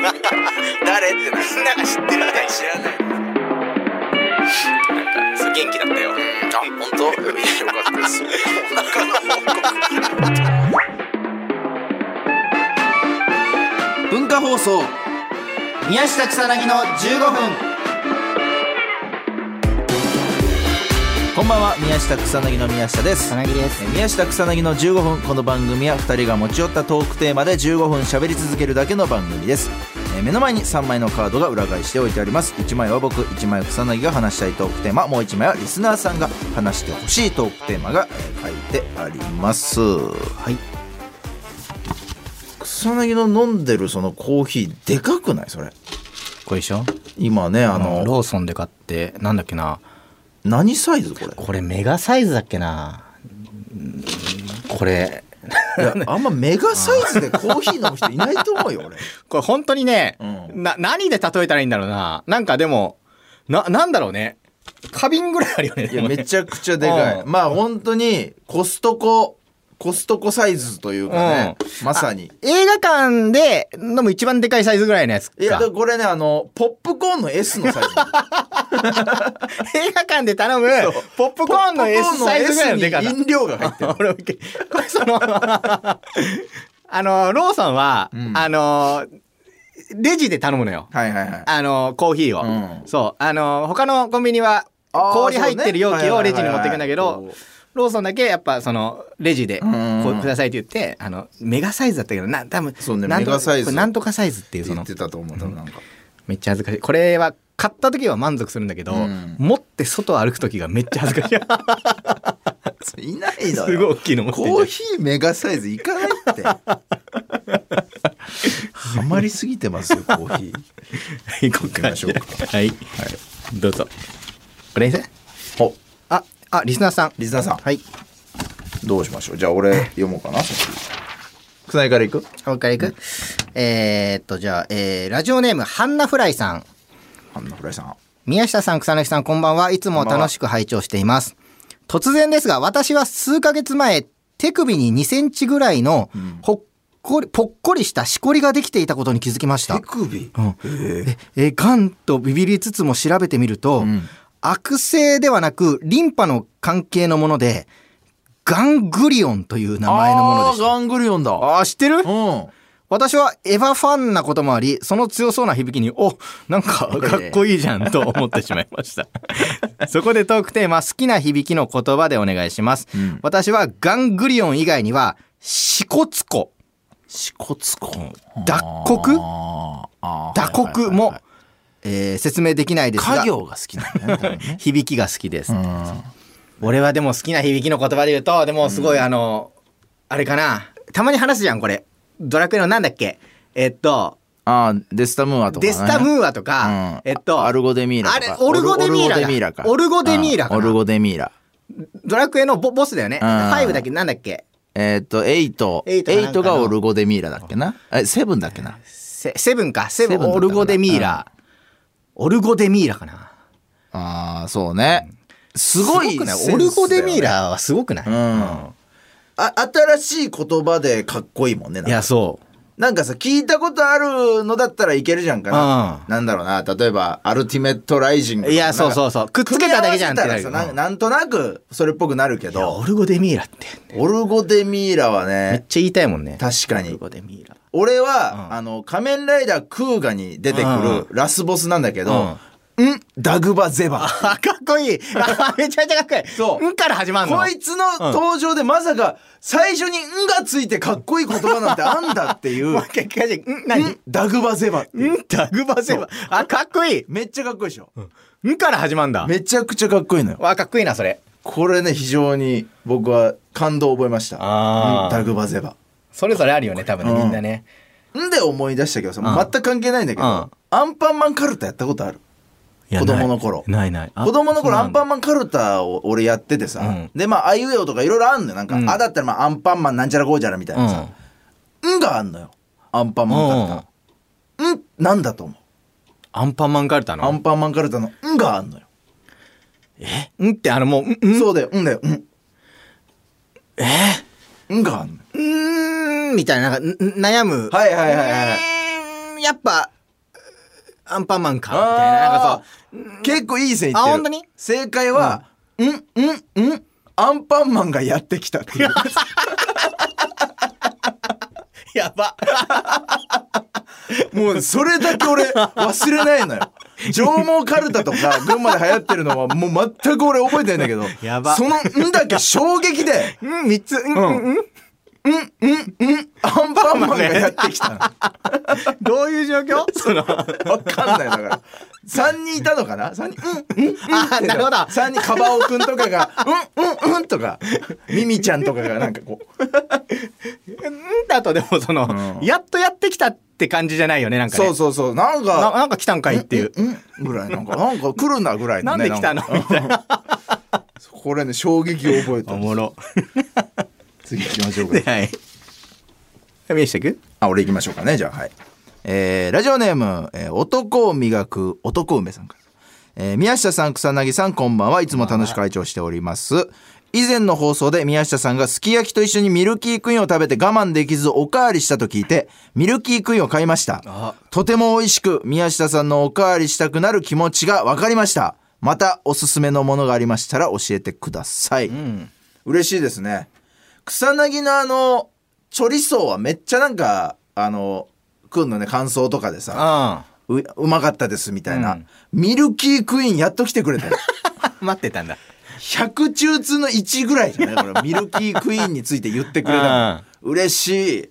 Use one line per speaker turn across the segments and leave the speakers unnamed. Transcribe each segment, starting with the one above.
誰ってなる
みんなが知ってるみたいに
知らない
なんかそう元気だったよ
あ本当よかったです
文化放送宮下草薙の15分こんばんは宮下草薙の宮下です
なぎです
えー宮下草薙の15分この番組は2人が持ち寄ったトークテーマで15分喋り続けるだけの番組ですえー目の前に3枚のカードが裏返しておいてあります1枚は僕1枚は草薙が話したいトークテーマもう1枚はリスナーさんが話してほしいトークテーマが、えー書いてありますはい草薙の飲んでるそのコーヒーでかくないそれ
これでしょ
今ねあ
あの
の
ローソンで買ってなんだっけな
何サイズこれ
これメガサイズだっけなうんこれ
いやあんまメガサイズでコーヒー飲む人いないと思うよ俺
これ本当にね、
う
な何で例えたらいいんだろうななんかでもななんだろうね花瓶ぐらいあるよね
い
で
や
もね
めちゃくちゃでかい、
うん
まあ本当にコストココストコサイズというかね、まさに
映画館で飲む一番でかいサイズぐらいのやつか
いやだからこれねあのポップコーンの S のサイズ
映画館で頼む
そう
ポップコーンの S サイズぐらいのでか
ポ
さ
ップコーンの S に飲料が入ってる
俺もけこれそのあのローソンは、
うん
あのレジで頼むのよ
はいはいはい
あのコーヒーを、
うん
そうあの他のコンビニは
あー
氷入ってる容
そう
器
ね
をレジに持っていくんだけ
はいはいはい
ど
はい
ローソンだけやっぱそのレジで
うんうんうん
こうくださいって言ってあのメガサイズだったけどな多分
そうね
なんと
メガサイズ
これなんとかサイズっていうそ
言
の
ってたと思う多分なんか、
めっちゃ恥ずかしいこれは買った時は満足するんだけど、
うん
持って外を歩く時がめっちゃ恥ずかしい
いないのよ
すごい大きいの持ってんじゃん
コーヒーメガサイズいかないって ハマりすぎてますよコーヒー
行こうか。
行きましょうか
はい。どうぞ。これにせ
お
あ、あ、リスナーさん。
リスナーさん
はい。
どうしましょうじゃあ俺読もうかな草薙からいく
もう一回行く。えー、っと、じゃあ、えー、ラジオネーム、ハンナフライさん。
あんなフライさん
宮下さん、草薙さん、こんばんは。いつも楽しく拝聴しています。突然ですが、私は数ヶ月前、手首に2センチぐらいの、ほっこり、ぽっこりしたしこりができていたことに気づきました。
首
うんえ、え、がんとビビりつつも調べてみると、悪性ではなく、リンパの関係のもので、ガングリオンという名前のものでし
あー
た。
ガングリオンだう
ああー、知ってる
ん
私はエヴァファンなこともあり、その強そうな響きに、お、なんかかっこいいじゃんと思ってしまいま した。そこでトークテーマ、好きな響きの言葉でお願いします。
ん
私はガングリオン以外には、シコツコ、
支骨痕
脱穀
あーあー
打刻
はいはいはい
も
はい、
えー説明できないですが
家、業が好きなんだね多分ね
響きが好きです。
うん
俺はでも好きな響きの言葉で言うとでもすごいあの、あれかなたまに話すじゃんこれドラクエのなんだっけえっと
あーデスタムーアとかね
デスタムーアと
うん
か、えっと
アルゴデミーラと
あ
か
れオルゴデミーラ
オル
だ
ゴデミーラ
オルゴデミーラ
かうん
か
オ
な
ルゴデミーラ
ドラクエのボボスだよね
うん
5だっけなんだっけ
えーっとエイト
エイトか
エイト
なん
が
かの
オルゴデミーラだっけなえセブンだっけな
セセブンかセブン
セブンだったかな
オルゴデミーラ、オルゴデミーラかな
あーそうねすごい
くない
センスだよ
オ
ね
ルゴデミーラはすごくない、
うんあ新しい言葉でかっこいいもんねなんか
いやそう
なんかさ聞いたことあるのだったらいけるじゃんかな、
う
なんだろうな例えば「アルティメット・ライジング」
いやそうそうそうくっつけただけじゃんっ
ってて
な
な
るよ
ななんとなくそれっぽくなるけ
いや
ど
オルゴデミーラって
オルゴデミーラは
めっ
ね
ちゃ言いたいもんね
確か
オル
に
ゴデミーラ
俺は、
うん
あの仮面ライダークーガに出てくるラスボスなんだけど「んダグバ・ゼバ」
あかっこいいあめちゃめちゃかっこいい
そうん
から始まるの
こいつの登場でまさか最初に「ん」がついてかっこいい言葉なんてあんだって いう
もう一回聞かせてん
「
何
んダグバ・ゼバ」っていうん
ダグバセバあかっこいい
めっちゃかっこいいでしょ
んから始まるんだ
めちゃくちゃかっこいいのよ
わかっこいいなそれ
これね非常に僕は感動を覚えました
あー
ダグバゼバ
それぞれあるよね多分ね
うん
みんなね
んで思い出したけどさ全く関係ないんだけど、
うん
アンパンマンカルタやったことある子供の頃
ないない
子供の頃アンパ
ン
ンマンカルタを俺やっててさ、
うん
でまあ「あいうえお」とかいろいろあんのよなんか、
うん
あだったらまあアンパンマンなんちゃらこうじゃらみたいなさ「ん」があんのよアンパンマンカルタ「ん」なんだと思う
アンパンマンカルタ
アン
の
パンマンカルタの「ん」があんのよ、
んってあのもううん
そうだよ「ん」だよ「ん」えん」があんのよ
うんみたいななんかんん悩む
はいはいはいはいう
ーんやっぱアンパンマンか、みたいな。なんか
結構いい線いってる
あ本当に
正解は、うん、うん、うん、アンパンマンがやってき たっていう。
そう。やば。
もうそれだけ俺忘れないのよ。上毛カルタ とか群馬で流行ってるのはもう全く俺覚えてないんだけど。
やば
そのんだけ衝撃で、
うん、三つ。うん、うん、うん。
アンパンマンがやってきたの。
どういう状況 その、
わかんないだから。3人いたのかな三人、うん、うん、うん
あなるほど
3人、カバオくんとかが、うん、うん、うんとか、ミミちゃんとかがなんかこう、
うんだとでもその、やっとやってきたって感じじゃないよね、なんかね。
そうそうそう、なん
な
か、
なんか来たんかいっていう。
うん、ぐらい、なんか、なんか来るなぐらい
な
の
ん
ね。
で来たの
なんか
みたいな。
これね、衝撃を覚えた
お。もろ。
次行きましょうか
で、。はい。宮下君
あ、俺行きましょうかね、じゃあ、はい。えーラジオネーム、えー男を磨く男梅さんから。えー宮下さん、草薙さん、こんばんはいつも楽しく会長しております。以前の放送で宮下さんがすき焼きと一緒にミルキークイーンを食べて我慢できずおかわりしたと聞いて、ミルキークイーンを買いました
あ。
とても美味しく、宮下さんのおかわりしたくなる気持ちがわかりました。またおすすめのものがありましたら教えてください。嬉しいですね草薙のあのチョリソーはめっちゃなんかあのくんのね感想とかでさ
あ
ううまかったですみたいな、
うん
ミルキークイーンやっと来てくれたよ
あ。 待ってたんだ。
100中通の1ぐらいじゃないこれミルキークイーンについて言ってくれたの嬉しい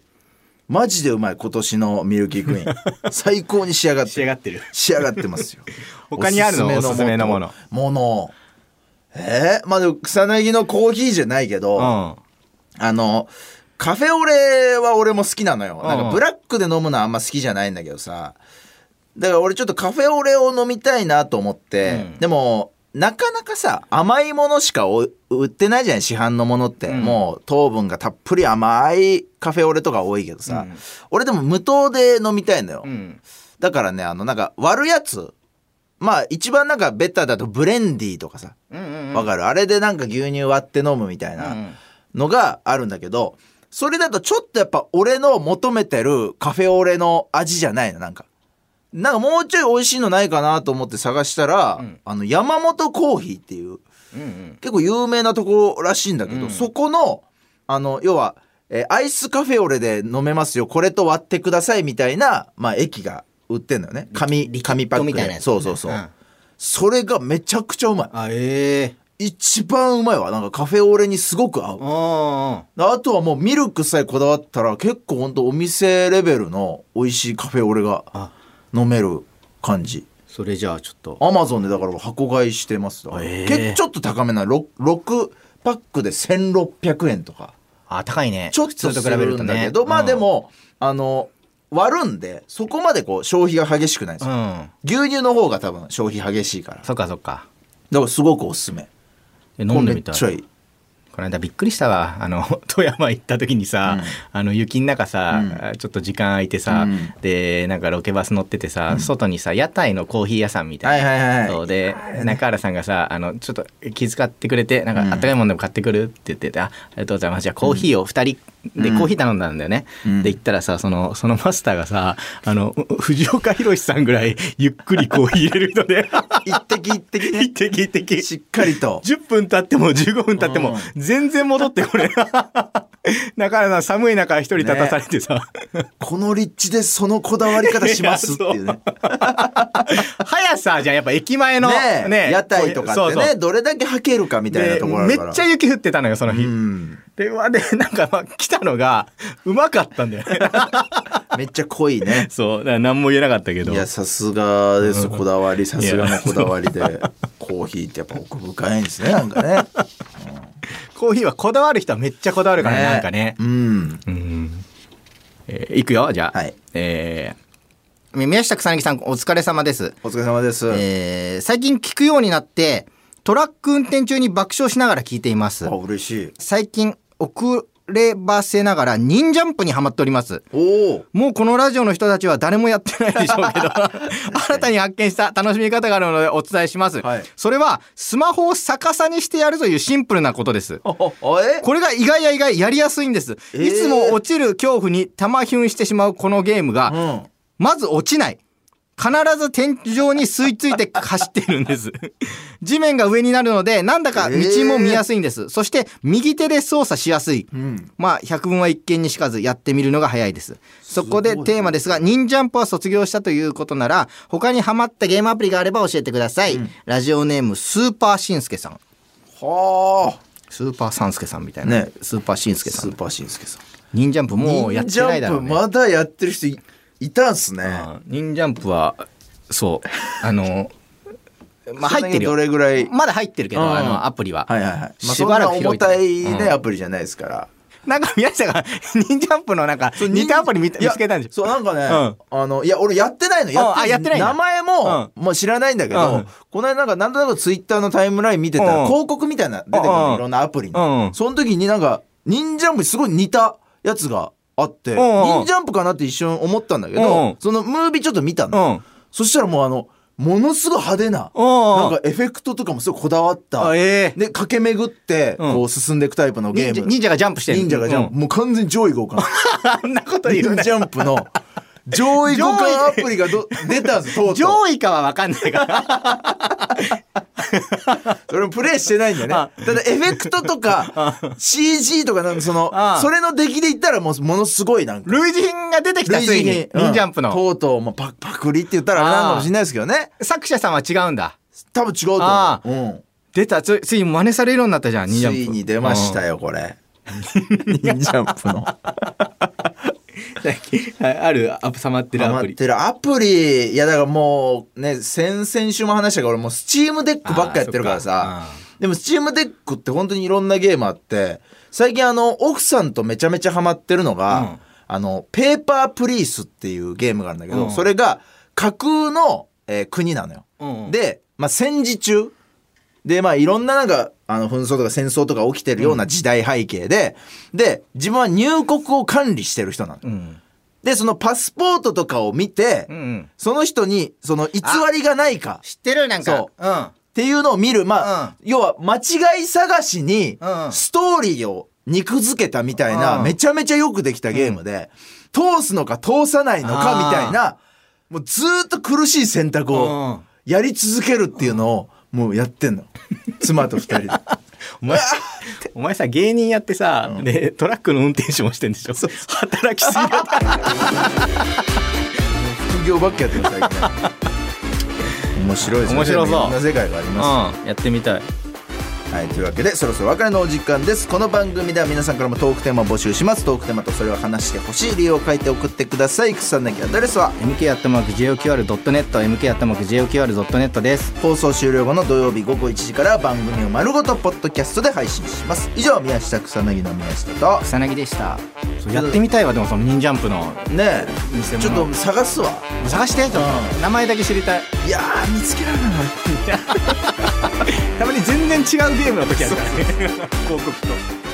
マジでうまい今年のミルキークイ ーン最高に仕上がって
仕上がってる
仕上がってますよ
他にあるの
おすすめのものものえー、まあでも草薙のコーヒーじゃないけど、
うん。
あの、カフェオレは俺も好きなのよ。なん
うんう
か
ん
ブラックで飲むのはあんま好きじゃないんだけどさ。だから俺ちょっとカフェオレを飲みたいなと思って、
うん
でも、なかなかさ、甘いものしかお売ってないじゃない市販のものって、
うん
もう糖分がたっぷり甘いカフェオレとか多いけど
う
さ、
ん
俺でも無糖で飲みたいのよ。
うん。
だからね、あの、なんか割るやつ、まあ一番なんかベターだとブレンディーとかさ、
うんうん
わかる、あれでなんか牛乳割って飲むみたいな。のがあるんだけど、それだとちょっとやっぱ俺の求めてるカフェオレの味じゃないの、なんか。なんかもうちょい美味しいのないかなと思って探したら、
ん
あの、山本コーヒーっていう、
うんうん。
結構有名なとこらしいんだけど、
うん
そこの、あの、要は、えーアイスカフェオレで飲めますよ、これと割ってくださいみたいな、まあ、液が売ってんのよね。紙、紙パックで。
みたいなやつ
そうそうそう。
ん
それがめちゃくちゃうまい。
あ、ええ。
一番うまいわ。なんかカフェオレにすごく合う。
うんうん。
あとはもうミルクさえこだわったら結構ほんとお店レベルの美味しいカフェオレが
あ
飲める感じ
それじゃあちょっと。
アマゾンでだから箱買いしてますだから、
へえ
結構ちょっと高めな 6, 6パックで1600円とか
あ、高いね。
ちょっと
普通
するんだけど、まあで。も、あの割るんでそこまでこう消費が激しくないんで
う
す
ん。
よ、牛乳の方が多分消費激しいからだ
そっかそっか。
からすごくおすすめ
え飲んでみ
これめ
た
っ
い。
ちゃいい
この間びっくりしたわあの 富山行った時にさ、あの雪の中さ、ちょっと時間空いてさ、
うん
でなんかロケバス乗っててさ、外にさ屋台のコーヒー屋さんみたいな、
はいはいはい
そうで中原さんがさあのちょっと気遣ってくれてなんか、あったかいもんでも買ってくるって言ってて「あありがとうございますじゃあコーヒーを2人でコーヒー頼んだんだよね、で行ったらさそのそのマスターがさあのう藤岡弘さんぐらいゆっくりコーヒー入れるので
一滴一滴 ね
一滴一滴
しっかりと
10分経っても15分経って
う
も
ん
全然戻ってこれだからな寒い 中一人立たされてさ、
この立地でそのこだわり方しますっていう ね。
速さじゃんやっぱ駅前の
ね
ね
え屋台とかってね
そうそう
どれだけ履けるかみたいな
で
ところあ
め
るから
っちゃ雪降ってたのよその日、
うん
でまあでなんかまあ来たのがうまかったんだよね
めっちゃ濃い ね
そうだから何も言えなかったけど
いやさすがですこだわりさすがのこだわりで コーヒーってやっぱ奥深いんですねなんかね
コーヒーはこだわる人はめっちゃこだわるからねなんかね
うん
うん、えーいくよじゃあ、
はい
えー宮下草薙さんお疲れ様です
お疲れ様です、
えー最近聞くようになってトラック運転中に爆笑しながら聞いています
あ嬉しい
最近遅ればせながら忍ジャンプにはまっております
おお
もうこのラジオの人たちは誰もやってないでしょうけ ど新たに発見した楽しみ方があるのでお伝えします、
はい
それはスマホを逆さにしてやるというシンプルなことです
あえ
これが意外や意外やりやすいんです、
えー
いつも落ちる恐怖に玉ひゅんしてしまうこのゲームが、
うん
まず落ちない。必ず天井に吸い付いて走っているん です。地面が上になるので、なんだか道も見やすいんです。そして、右手で操作しやすい。
うん。
まあ、百聞は一見にしかずやってみるのが早いです。そこでテーマですが、忍ジャンプは卒業したということなら、他にハマったゲームアプリがあれば教えてください。ラジオネーム、スーパーしんすけさん。
は
スーパーさんすけさんみたいな。
ね
スーパーしんすけさ
ス
ん
ー。パーしんすけさん。
忍ジャンプもうやってないだろう
忍
ね。
者まだやってる人いいたんすね。
あー忍ジャンプは、そう。 あの、まあ入ってる
そ
よ。
れぐらい。
まだ入ってるけど、
うん
あの、アプリは。
はいはいはい。まあ、
し
そん
ばらく
な
開いて
重たいね、
うん
アプリじゃないですから。
なんか宮下が、 忍ジャンプのなんか、似たアプリ見た見つけたんでしょ
そう、なんかね、あの、いや、俺やってないの。
うんあやってないんだ
名前も、もう知らないんだけ
う
ど
ん、
この間なんか、なんとなくツイッターのタイムライン見てた
う
ら、
ん
広告みたいな出てくる
う
の
ん
いろんなアプリ
うんう
の。
ん
その時になんか、忍ジャンプにすごい似たやつがあって、
んうん
忍ジャンプかなって一瞬思ったんだけ
うんう
ど
ん、
そのムービーちょっと見た
う
の。
ん。
そしたらもうあの、ものすごい派手な、
な
なんかエフェクトとかもすごいこだわった
あ。ええ
で、駆け巡って、
うん
こう進んでいくタイプのゲ
忍
ー
者
ム。
忍者がジャンプしてる
忍者がジャンプ、もう完全に上位互換。
うん あんなこと
忍
言う
者
ね
ジャンプの上位互換アプリがど出たんですよとうとう
上位かは分かんない から
それもプレイしてないんだよ
あ
ねただエフェクトとか CG とかなんかその
あ
それの出来で言ったらもうものすごいなんか
類人が出てきたついに
うん
忍ジャンプの
とうとうもうパクパクリって言ったらあれなのかもしれないですけどね
作者さんは違うんだ
多分違うと
あ
思う、
出たついついに真似されるようになったじゃん
うん、
忍
つ
者
いに出ましたよこれ忍者ジャンプの
あるアップまってるア
ハマ
プ
っ
リ
てるアプリいやだからもうね先々週も話したけど俺もうスチームデックばっかやってるから
あー
さ
そっか
でもスチームデックって本当にいろんなゲームあって最近あの奥さんとめちゃめちゃハマってるのが、
うん
あのペーパープリースっていうゲームがあるんだけど、
うん
それが架空の、えー国なのよ、
うん
で、まあ、戦時中でまあいろんななんかあの紛争とか戦争とか起きてるような時代背景で、で自分は入国を管理してる人なの、
うん
でそのパスポートとかを見て、
うんうん
その人にその偽りがないかっ
知ってるなんか
そう
うん
ていうのを見るまあ、要は間違い探しに
うん
ストーリーを肉付けたみたいな、
うん
めちゃめちゃよくできたゲームで、通すのか通さないのか
あー
みたいなもうずーっと苦しい選択
うん
をやり続けるっていうのをもうやってんの妻と 二人で。
お前お前さ芸人やってさ、でトラックの運転手もしてんでしょ働きすぎだった
副業ばっかやってる最近面白いですね
面白そう
いろんな世界がありますね
うんやってみたい
はい、というわけでそろそろお別れのお時間ですこの番組では皆さんからもトークテーマを募集しますトークテーマとそれを話してほしい理由を書いて送ってください草薙アドレスは
MK アットマーク JOQR.net MK アットマーク JOQR.net です
放送終了後の土曜日午後1時から番組を丸ごとポッドキャストで配信します以上宮下草薙の宮下と
草薙でしたやってみたいわでもその忍ジャンプの
ね
偽
え
物
ちょっと探すわ
探してちょっと名前だけ知りたい
いやー見つけられないな
たまに全然違うゲームの時あるからね広告と。